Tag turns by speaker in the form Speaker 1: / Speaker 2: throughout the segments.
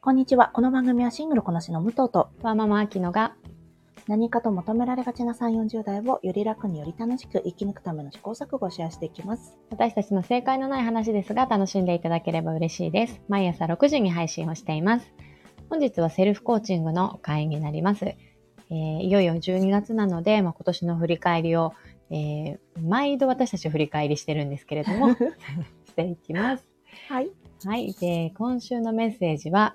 Speaker 1: こんにちは。この番組はシングルこなしの武藤と
Speaker 2: わままあきのが、
Speaker 1: 何かと求められがちな3、40代をより楽により楽しく生き抜くための試行錯誤をシェアしていき ます。
Speaker 2: 私たちの正解のない話ですが、楽しんでいただければ嬉しいです。毎朝6時に配信をしています。本日はセルフコーチングの会になります。えーいよいよ12月なので、まあ、今年の振り返りを、えー毎度私たち振り返りしてるんですけれ ども、していきます。
Speaker 1: はい。
Speaker 2: はい。で、今週のメッセージは、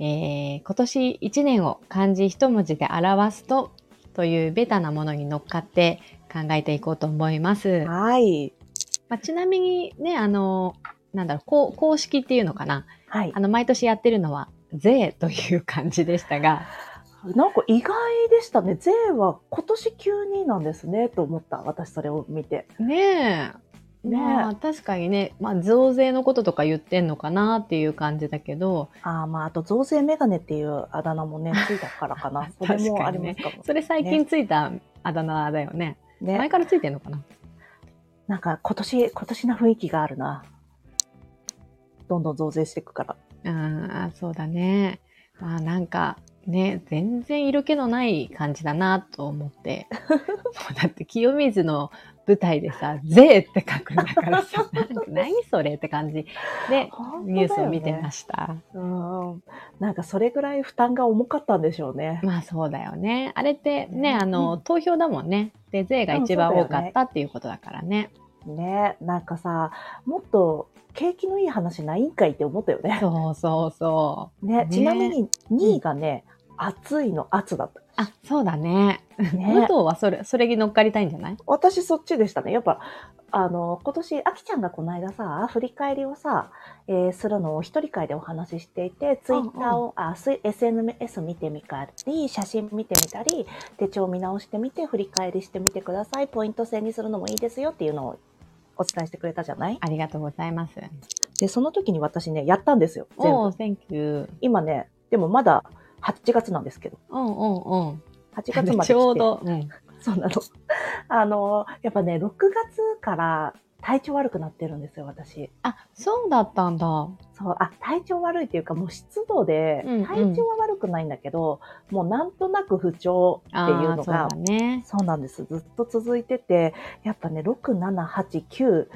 Speaker 2: えー今年1年を漢字一文字で表すと、というベタなものに乗っかって考えていこうと思います。
Speaker 1: はい。
Speaker 2: まあ、ちなみにね、あの、なんだろう、こう公式っていうのかな。
Speaker 1: はい
Speaker 2: あ。の、毎年やってるのは、税という感じでし たが、
Speaker 1: なんか意外でしたね。税は今年急になんですね、と思った。私それを見て。
Speaker 2: ねえ、
Speaker 1: ねえ
Speaker 2: まあ確かにね、まあ増税のこととか言ってんのかなっていう感じだけど、。
Speaker 1: ああ、まあ、あと増税メガネっていうあだ名も ね、ついたからかなそれもありますかも。
Speaker 2: それ最近ついたあだ名だよね。前
Speaker 1: ね。
Speaker 2: からついてんのかな
Speaker 1: なんか今年、今年の雰囲気があるな。どんどん増税していくから。
Speaker 2: うん、あそうだね。まあなんか、ね、全然色気のない感じだなと 思って。そうだって清水の舞台でさ、税って書くんだか らさ、なんか何それって感じで、ニュースを見てま
Speaker 1: し
Speaker 2: した。
Speaker 1: た。うん。なんかそれぐらい負担が重かったんでしょうね。
Speaker 2: まあそうだよね。あれってね、あ
Speaker 1: う
Speaker 2: の、
Speaker 1: ん
Speaker 2: 投票だもんね。で、税が一番多かったっていうことだからね。
Speaker 1: ねなんかさ、もっと景気のいい話ないんかいって思ったよね。
Speaker 2: そうそうそう。
Speaker 1: ね
Speaker 2: ね
Speaker 1: ちなみに2位がね、暑いの圧だっ
Speaker 2: あ、そうだね。
Speaker 1: た。
Speaker 2: 武
Speaker 1: ね
Speaker 2: 藤はそれ、それに乗っかりたいんじゃない
Speaker 1: 私そっちでしたね。やっぱ、あの、今年、あきちゃんがこの間さ、振り返りをさ、えーするのを一人会でお話ししていて、ツイッターを、あ、す SNS 見てみたり、写真見てみたり、手帳見直してみて、振り返りしてみてください。ポイント制にするのもいいですよっていうのをお伝えしてくれたじゃない
Speaker 2: ありがとうございます。
Speaker 1: で、その時に私ね、やったんですよ。全部
Speaker 2: おー、Thank you。
Speaker 1: 今ね、でもまだ8月なんですけど、
Speaker 2: うんうんうん。
Speaker 1: 8月まで来て
Speaker 2: ちょう。ど、
Speaker 1: そうなの。 あの、やっぱね、6月から体調悪くなってるんですよ、私。
Speaker 2: あ、そうだったんだ。う
Speaker 1: そう、あ、体調悪いっていうか、もう湿度で
Speaker 2: うんうん、
Speaker 1: 体調は悪くないんだけど、もうなんとなく不調っていうの
Speaker 2: そうだ
Speaker 1: が、
Speaker 2: ね。
Speaker 1: そうなんです。ずっと続いてて、やっぱね、6、7、8、9、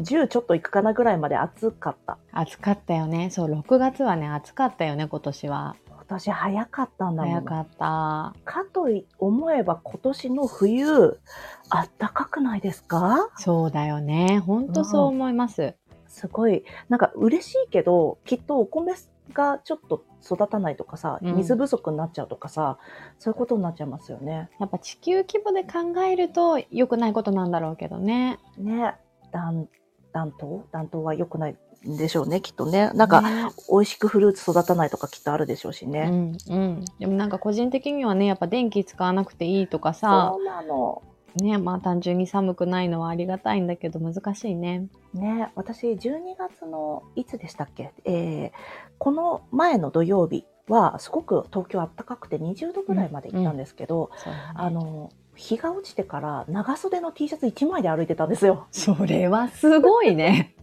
Speaker 1: 10ちょっといくかなぐらいまで暑かった。
Speaker 2: 暑かったよね。そう、6月はね、暑かったよね、今年は。
Speaker 1: 今年早かったんだも
Speaker 2: 早
Speaker 1: ん。
Speaker 2: かった。
Speaker 1: かと思えば今年の冬、あったかくないですか
Speaker 2: そうだよね。ほんとそう思います。
Speaker 1: すごい、なんか嬉しいけど、きっとお米がちょっと育たないとかさ、
Speaker 2: うん
Speaker 1: 水不足になっちゃうとかさ、そういうことになっちゃいますよね。
Speaker 2: やっぱ地球規模で考えると良くないことなんだろうけどね。
Speaker 1: ね、暖、暖冬暖冬は良くないんでしょうね、きっとね。なんか、
Speaker 2: ね
Speaker 1: 美味しくフルーツ育たないとかきっとあるでしょうし
Speaker 2: う
Speaker 1: ね。
Speaker 2: んうん。でもなんか個人的にはね、やっぱ電気使わなくていいとかさ
Speaker 1: そ、うなの。
Speaker 2: ね、まあ単純に寒くないのはありがたいんだけど難しいね。
Speaker 1: ね、私12月のいつでしたっけ、えーこの前の土曜日はすごく東京暖かくて20度ぐらいまで行ったんですけど、
Speaker 2: そうだね
Speaker 1: あの日が落ちてから長袖の T シャツ1枚で歩いてたんですよ
Speaker 2: それはすごいね。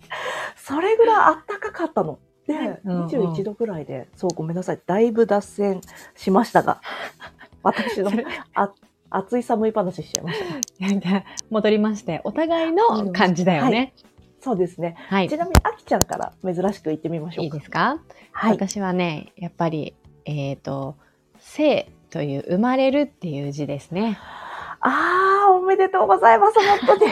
Speaker 1: それぐらい暖かかったので、
Speaker 2: うんうん
Speaker 1: 21度ぐらいでそうごめんなさいだいぶ脱線しました が私の
Speaker 2: それ
Speaker 1: 暑い寒い話しちゃいました
Speaker 2: なんか戻りまして、お互いの感じだよね。
Speaker 1: そうですね、
Speaker 2: はい。
Speaker 1: ち
Speaker 2: い、
Speaker 1: なみにあきちゃんから珍しく行ってみましょう
Speaker 2: い
Speaker 1: か
Speaker 2: ですか、
Speaker 1: はい
Speaker 2: 私はね、やっぱり、えっ、と、生という、生まれるっていう字ですね。
Speaker 1: あーおめでとうございます本当に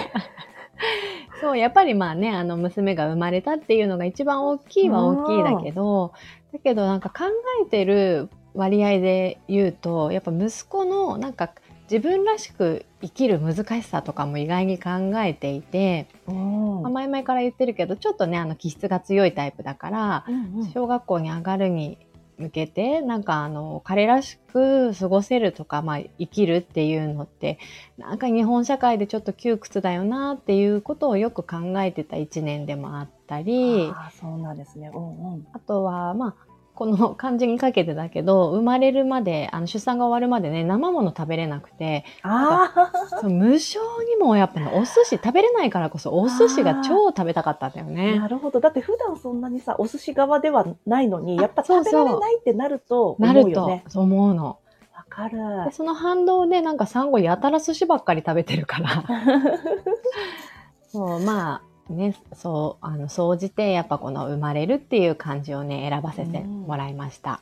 Speaker 2: そう、やっぱりまあね、あの、娘が生まれたっていうのが一番大きいは大きいだけど、だけどなんか考えてる割合で言うと、やっぱ息子のなんか自分らしく生きる難しさとかも意外に考えていて、
Speaker 1: うん
Speaker 2: まあ前々から言ってるけど、ちょっとね、あの、気質が強いタイプだから、小学校に上がるに向けてなんかあの彼らしく過ごせるとか、まあ、生きるっていうのってなんか日本社会でちょっと窮屈だよなっていうことをよく考えてた一年でもあったり
Speaker 1: あーそうなんですね。うんうん。
Speaker 2: あとはまあこの漢字にかけてだけど、生まれるまで、あの出産が終わるまでね、生もの食べれな くて、
Speaker 1: ああ、
Speaker 2: そう無性にもやっぱね、お寿司食べれないからこそ、お寿司が超食べたかったんだよね。
Speaker 1: なるほど。だって普段そんなにさ、お寿司側ではないのに、
Speaker 2: あ
Speaker 1: やっぱ
Speaker 2: そう
Speaker 1: 食べ
Speaker 2: そう
Speaker 1: られないってなると
Speaker 2: な
Speaker 1: 思う
Speaker 2: る
Speaker 1: よ
Speaker 2: と
Speaker 1: ね。、
Speaker 2: そう思うの。
Speaker 1: わかる。
Speaker 2: でその反動で、なんかサンゴやたら寿司ばっかり食べてるから。 そう、まあ、ね、そう、あの、総じて、やっぱこの生まれるっていう漢字をね、選ばせてもらいました。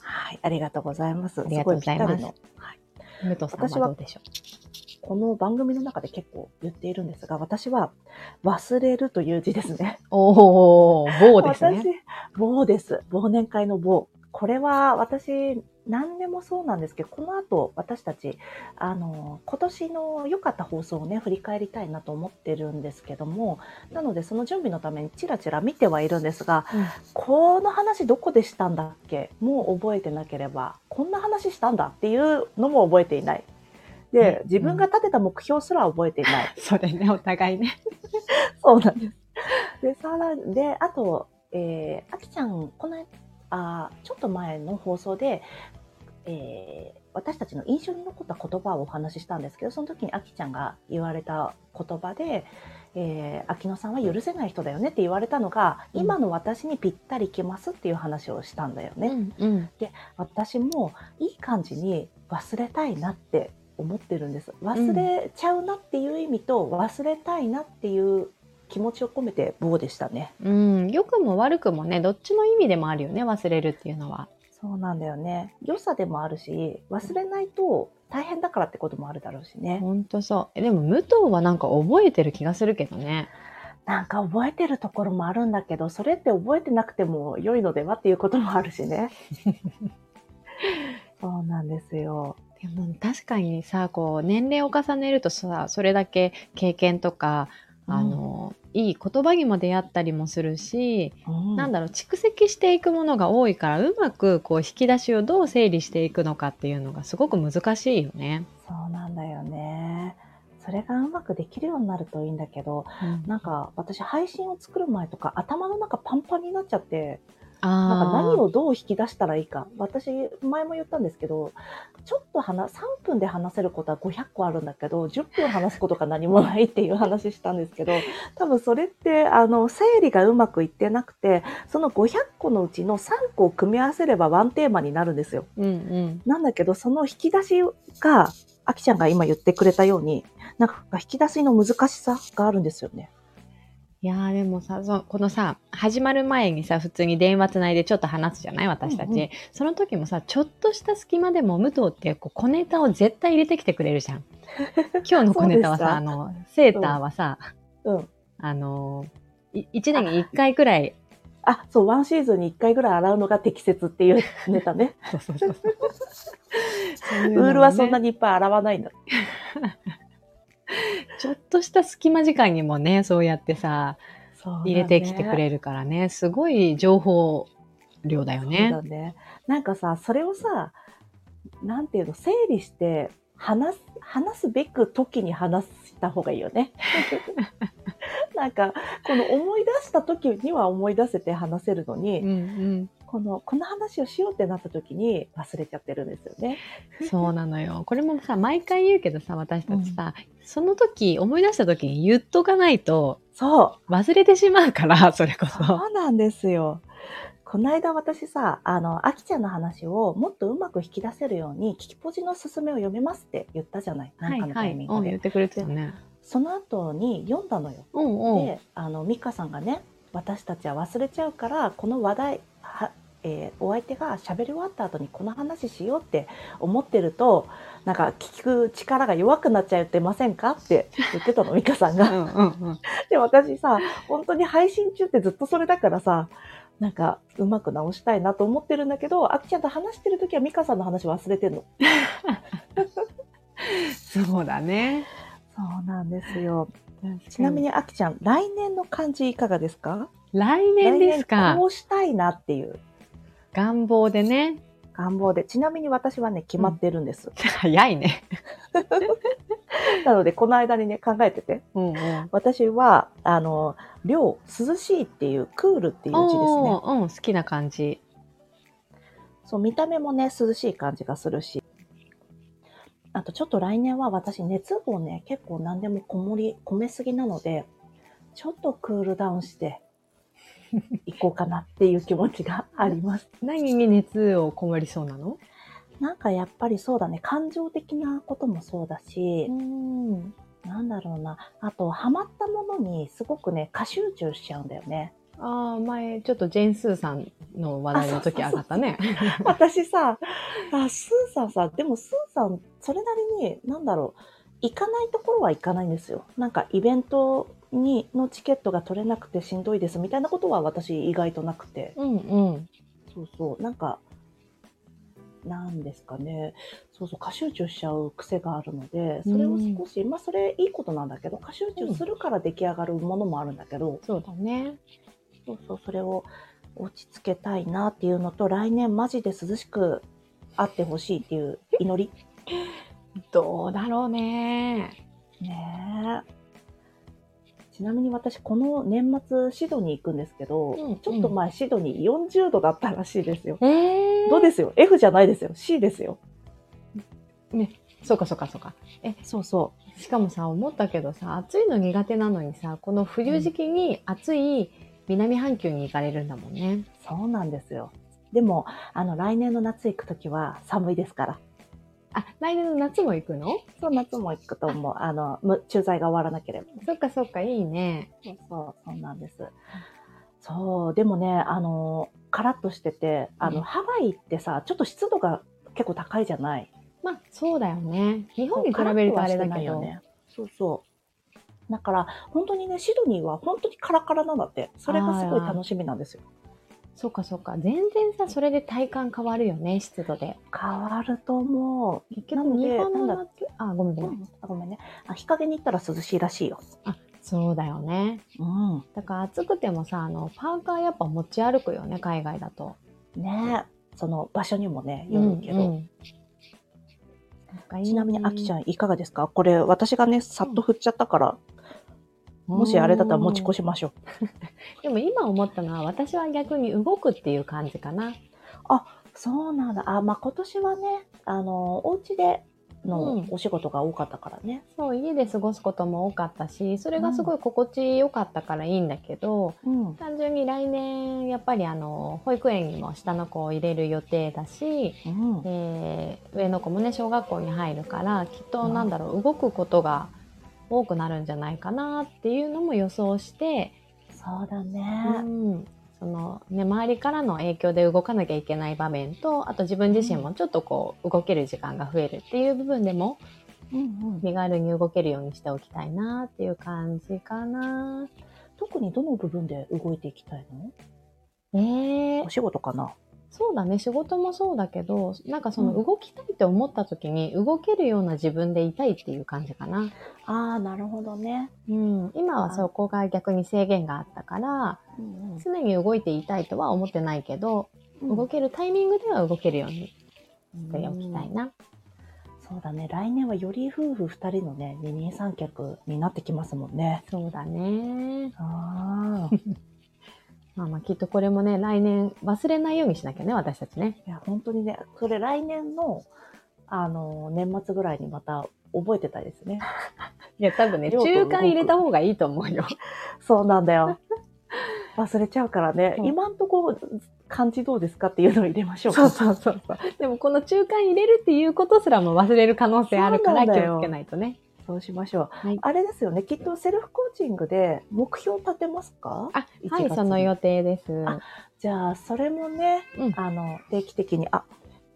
Speaker 1: はい、ありがとうございます。
Speaker 2: ありがとうございます
Speaker 1: ごぴったりのはい
Speaker 2: 武藤さんは
Speaker 1: 私は
Speaker 2: どうでしょう
Speaker 1: この番組の中で結構言っているんですが、私は忘れるという字ですね。
Speaker 2: おお、棒ですね。
Speaker 1: 私、棒です。忘年会の棒。これは私、何でもそうなんですけど、この後私たち、あの、今年の良かった放送をね、振り返りたいなと思ってるんですけども、なのでその準備のためにチラチラ見てはいるんですが、
Speaker 2: うん
Speaker 1: この話どこでしたんだっけもう覚えてなければ、こんな話したんだっていうのも覚えていない。
Speaker 2: ね
Speaker 1: で、自分が立てた目標すら覚えていない。
Speaker 2: それね、お互いね。
Speaker 1: そうなんです。で、さらで、あと、えー、あきちゃん、この、あーちょっと前の放送で、えー私たちの印象に残った言葉をお話ししたんですけど、その時にあきちゃんが言われた言葉で、えー、秋野さんは許せない人だよねって言われたのが、
Speaker 2: うん
Speaker 1: 今の私にぴったりきますっていう話をしたんだよね。
Speaker 2: うん、うん。
Speaker 1: 私もいい感じに忘れたいなって思ってるんです忘れちゃうなっていう意味と、忘れたいなっていう気持ちを込めて棒でしたね
Speaker 2: うん、良くも悪くもね、どっちの意味でもあるよね、忘れるっていうのは。
Speaker 1: そうなんだよね良さでもあるし忘れないと大変だからってこともあるだろうしね、
Speaker 2: ほんとそう。えでも、武藤はなんか覚えてる気がするけどね。
Speaker 1: なんか覚えてるところもあるんだけどそれって覚えてなくても良いのではっていうこともあるし ねそうなんですよ
Speaker 2: でも、確かにさ、こう、年齢を重ねるとさ、それだけ経験とか、あの、いい言葉にも出会ったりもするし、なん
Speaker 1: だ
Speaker 2: だろう、蓄積していくものが多いから、うまくこう、引き出しをどう整理していくのかっていうのがすごく難しいよね。
Speaker 1: そうなんだよねそれがうまくできるようになるといいんだけど
Speaker 2: うん
Speaker 1: なんか私配信を作る前とか頭の中パンパンになっちゃって
Speaker 2: あ
Speaker 1: なんか
Speaker 2: ー
Speaker 1: 何をどう引き出したらいいか私前も言ったんですけどちょっと話3分で話せることは500個あるんだけど10分話すことが何もないっていう話したんですけど多分それってあの整理がうまくいってなくてその500個のうちの3個を組み合わせればワンテーマになるんですよ。
Speaker 2: うんうん。
Speaker 1: なんだけど、その引き出しが、あきちゃんが今言ってくれたように、なんか引き出しの難しさがあるんですよね。
Speaker 2: いやーでもさそこのさ始まる前にさ普通に電話つないでちょっと話すじゃない私たち、
Speaker 1: うんうん
Speaker 2: その時もさちょっとした隙間でも武藤ってこう小ネタを絶対入れてきてくれるじゃ ん今日の小ネタは
Speaker 1: そうでし
Speaker 2: さ
Speaker 1: た
Speaker 2: あのセーターはさ、
Speaker 1: うん。
Speaker 2: あの1年に1回くらい
Speaker 1: あ、そう、ワンシーズンに1回ぐらい洗うのが適切っていうネタね。
Speaker 2: そうそうそうそう そういうの
Speaker 1: ウ
Speaker 2: もね
Speaker 1: ールは そんなにいっぱい洗わないんだ。
Speaker 2: ちょっとした隙間時間にもねそうやってさ入れてきてく
Speaker 1: る
Speaker 2: れるからねすごい情報量だよね
Speaker 1: そうだね。なんかさ、それをさ、なんていうの、整理して、話す、話すべく時に話した方がいいよ ね。なんか、この思い出した時には思い出せて話せるのに、
Speaker 2: うんうん
Speaker 1: この、この話をしようってなった時に忘れちゃってるんですよね。
Speaker 2: そうなの よ。これもさ、毎回言うけどさ、私たちさ、その時、思い出した時に言っとかないと、
Speaker 1: そ
Speaker 2: 忘れてしまうから、 それ
Speaker 1: う。
Speaker 2: こそ。
Speaker 1: そうなんですよ。この間私さ、あの、あきちゃんの話をもっとうまく引き出せるように、聞きポジのすすめを読みますって言ったじゃない。なんかのタイミングで。
Speaker 2: うん言ってくれてたね。
Speaker 1: その後に読んだのよ。
Speaker 2: うんうん。
Speaker 1: で、あの、ミカさんがね、私たちは忘れちゃうから、この話題、はえーお相手が喋り終わった後にこの話しようって思ってると、なんか聞く力が弱くなっちゃってませんかって言ってたの、ミカさん
Speaker 2: う
Speaker 1: が。
Speaker 2: んうんうん。
Speaker 1: で、私さ、本当に配信中ってずっとそれだからさ、なんか、うまく直したいなと思ってるんだけど、あきちゃんと話してる時はミカさんの話忘れてんの。
Speaker 2: そうだね。
Speaker 1: そうなんですよ。ち
Speaker 2: ち
Speaker 1: なみ、にあきちゃん、来年の漢字いかがですか
Speaker 2: 来年です
Speaker 1: 来年
Speaker 2: か
Speaker 1: こ。うしたいなっていう
Speaker 2: 願望でね。
Speaker 1: 願望で、ちなみに私はね、決まってるんです。
Speaker 2: 早いね。
Speaker 1: なので、この間にね、考えてて。
Speaker 2: うんうん。い
Speaker 1: 私は、あの、涼、涼しいっていう、クールっていう字ですね。
Speaker 2: うん、好きな感じ。
Speaker 1: そう、見た目もね、涼しい感じがするし。あとちょっと来年は私熱をね、結構何でもこもり、込めすぎなので、ちょっとクールダウンしていこうかなっていう気持ちがあります。
Speaker 2: 何に熱をこもりそうなの
Speaker 1: なんかやっぱりそうだね、感情的なこともそうだし、
Speaker 2: ん。
Speaker 1: なんだろうな、あとハマったものにすごくね、過集中しちゃうんだよね。
Speaker 2: ああ、前、ちょっとジェーン・スーさんの話題の時上がったね。
Speaker 1: 私さ、あスーさんさ、でもスーさん、それなりに、なんだろう、行かないところは行かないんですよ。なんかイベントにのチケットが取れなくてしんどいですみたいなことは私意外となくて。
Speaker 2: うんうん。
Speaker 1: そうそう、なんか、なんですかね。そうそう、過集中しちゃう癖があるので、それを少し、まあそれいいことなんだけど、過集中するから出来上がるものもあるんだけど、
Speaker 2: そうだね。
Speaker 1: そうそう、それを落ち着けたいなっていうのと、来年マジで涼しくあってほしいっていう祈り。
Speaker 2: どうだろうね。
Speaker 1: ねえ。ちなみに私、この年末シドニー行くんですけど、
Speaker 2: うん
Speaker 1: ちょっと前シドニー40度だったらしいですよ。
Speaker 2: ええ
Speaker 1: どうですよ ?F じゃないですよ。C ですよ。
Speaker 2: そうかそうかそうか。
Speaker 1: そうそ
Speaker 2: しかもさ、思ったけどさ、暑いの苦手なのにさ、この冬時期に暑い南半球に行かれるんだもんね
Speaker 1: う。。そうなんですよ。でも、あの、来年の夏行くときは寒いですから。
Speaker 2: あ、来年の夏も行くの
Speaker 1: そう、夏も行くと思う。あの、む駐在が終わらなければ。
Speaker 2: そっかそっか、いいね。
Speaker 1: そうそう、そうなんです。そう、でもね、あの、カラッとしてて、あの、
Speaker 2: うん
Speaker 1: ハワイってさ、ちょっと湿度が結構高いじゃない
Speaker 2: まあ、そうだよね。日本に比べるとあれだけど。
Speaker 1: ね。そうそう。だから、本当にね、シドニーは本当にカラカラなんだって。それがすごい楽しみなんですよ。
Speaker 2: そうかそうか。全然さ、それで体感変わるよね、湿度で。
Speaker 1: 変わると思う。
Speaker 2: 結
Speaker 1: なの
Speaker 2: 構日
Speaker 1: で
Speaker 2: 本の
Speaker 1: なんだっ
Speaker 2: 夏、あ、ごめんごめん。
Speaker 1: うんあごめんね。あ、日陰に行ったら涼しいらしいよ。
Speaker 2: そうだよね。
Speaker 1: うん。
Speaker 2: だから暑くてもさ、あの、パーカーやっぱ持ち歩くよね、海外だと。
Speaker 1: ねえその場所にもね、よるけど。
Speaker 2: うんうん
Speaker 1: ちなみに、あきち
Speaker 2: ん
Speaker 1: ゃん、いかがですかこれ、私がね、さっと振っちゃったから、もしあれだったら持ち越
Speaker 2: し。
Speaker 1: しましょう。
Speaker 2: でも今思ったのは、私は逆に動くっていう感じかな。
Speaker 1: そうなんだ。あ、まあ、今年はね、あの、お家で
Speaker 2: う
Speaker 1: の
Speaker 2: ん
Speaker 1: お仕事が多かったからね。
Speaker 2: そう、家で過ごすことも多かったし、それがすごい心地よかったからいいんだけど、
Speaker 1: うん。
Speaker 2: 単純に来年、やっぱりあの、保育園にも下の子を入れる予定だし、
Speaker 1: うん。
Speaker 2: で上の子もね小学校に入るからきっとなんだろう動くことが多くなるんじゃないかなっていうのも予想して、
Speaker 1: そうだ
Speaker 2: う
Speaker 1: ね。
Speaker 2: んそのね、周りからの影響で動かなきゃいけない場面とあと自分自身もちょっとこう動ける時間が増えるっていう部分でも
Speaker 1: うんうん。
Speaker 2: 身軽に動けるようにしておきたいなっていう感じかな。
Speaker 1: 特にどの部分で動いていきたいの
Speaker 2: えー
Speaker 1: お、仕事かな
Speaker 2: そうだね仕事もそうだけどなんかその
Speaker 1: うん
Speaker 2: 動きたいって思った時に動けるような自分でいたいっていう感じかな。
Speaker 1: ああ、なるほどね。
Speaker 2: うん、今はそこが逆に制限があったから
Speaker 1: うん
Speaker 2: 常に動いていたいとは思ってないけど、
Speaker 1: うん
Speaker 2: 動けるタイミングでは動けるようにしておきたいな、
Speaker 1: そうだね。来年はより夫婦二人のね、二人三脚になってきますもんね。
Speaker 2: そうだね
Speaker 1: ああ。
Speaker 2: まあまあきっとこれもね来年忘れないようにしなきゃね私たちね
Speaker 1: いや、本当にね、それ来年の、あの、年末ぐらいにまた覚えてたい ですね。
Speaker 2: いや多分ね
Speaker 1: 量と動
Speaker 2: 中
Speaker 1: く
Speaker 2: 間入れた方がいいと思うよ
Speaker 1: そうなんだ よ。忘れちゃうからね、
Speaker 2: うん
Speaker 1: 今んとこ漢字どうですかっていうのを入れましょう
Speaker 2: そ
Speaker 1: か。
Speaker 2: うそうそうそうでもこの中間入れるっていうことすらも忘れる可能性あるか
Speaker 1: そう
Speaker 2: ら気
Speaker 1: なんだよ
Speaker 2: をつけないとね
Speaker 1: そうしましょう。
Speaker 2: はい
Speaker 1: あれですよね、きっとセルフコーチングで目標立てますか
Speaker 2: あ
Speaker 1: 1
Speaker 2: はい
Speaker 1: 月
Speaker 2: その予定です
Speaker 1: あじゃあ、それもね、
Speaker 2: うん
Speaker 1: あの、定期的に、あ、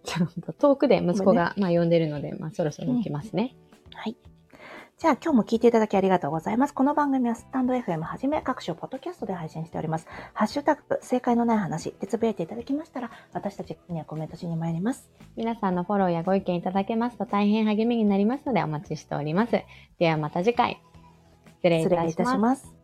Speaker 2: ちょっと遠くで息子が、まあ呼んでるので、まあそろそろ行きますね、
Speaker 1: じゃあ今日も聞いていただきありがとうございます。この番組はスタンド FM はじめ各種ポッドキャストで配信しております。ハッシュタグ、正解のない話でつぶやいていただきましたら、私たちにはコメントしに参ります。
Speaker 2: 皆さんのフォローやご意見いただけますと大変励みになりますのでお待ちしております。ではまた次回。失礼い
Speaker 1: 失
Speaker 2: た
Speaker 1: 礼い
Speaker 2: したます
Speaker 1: し。ます。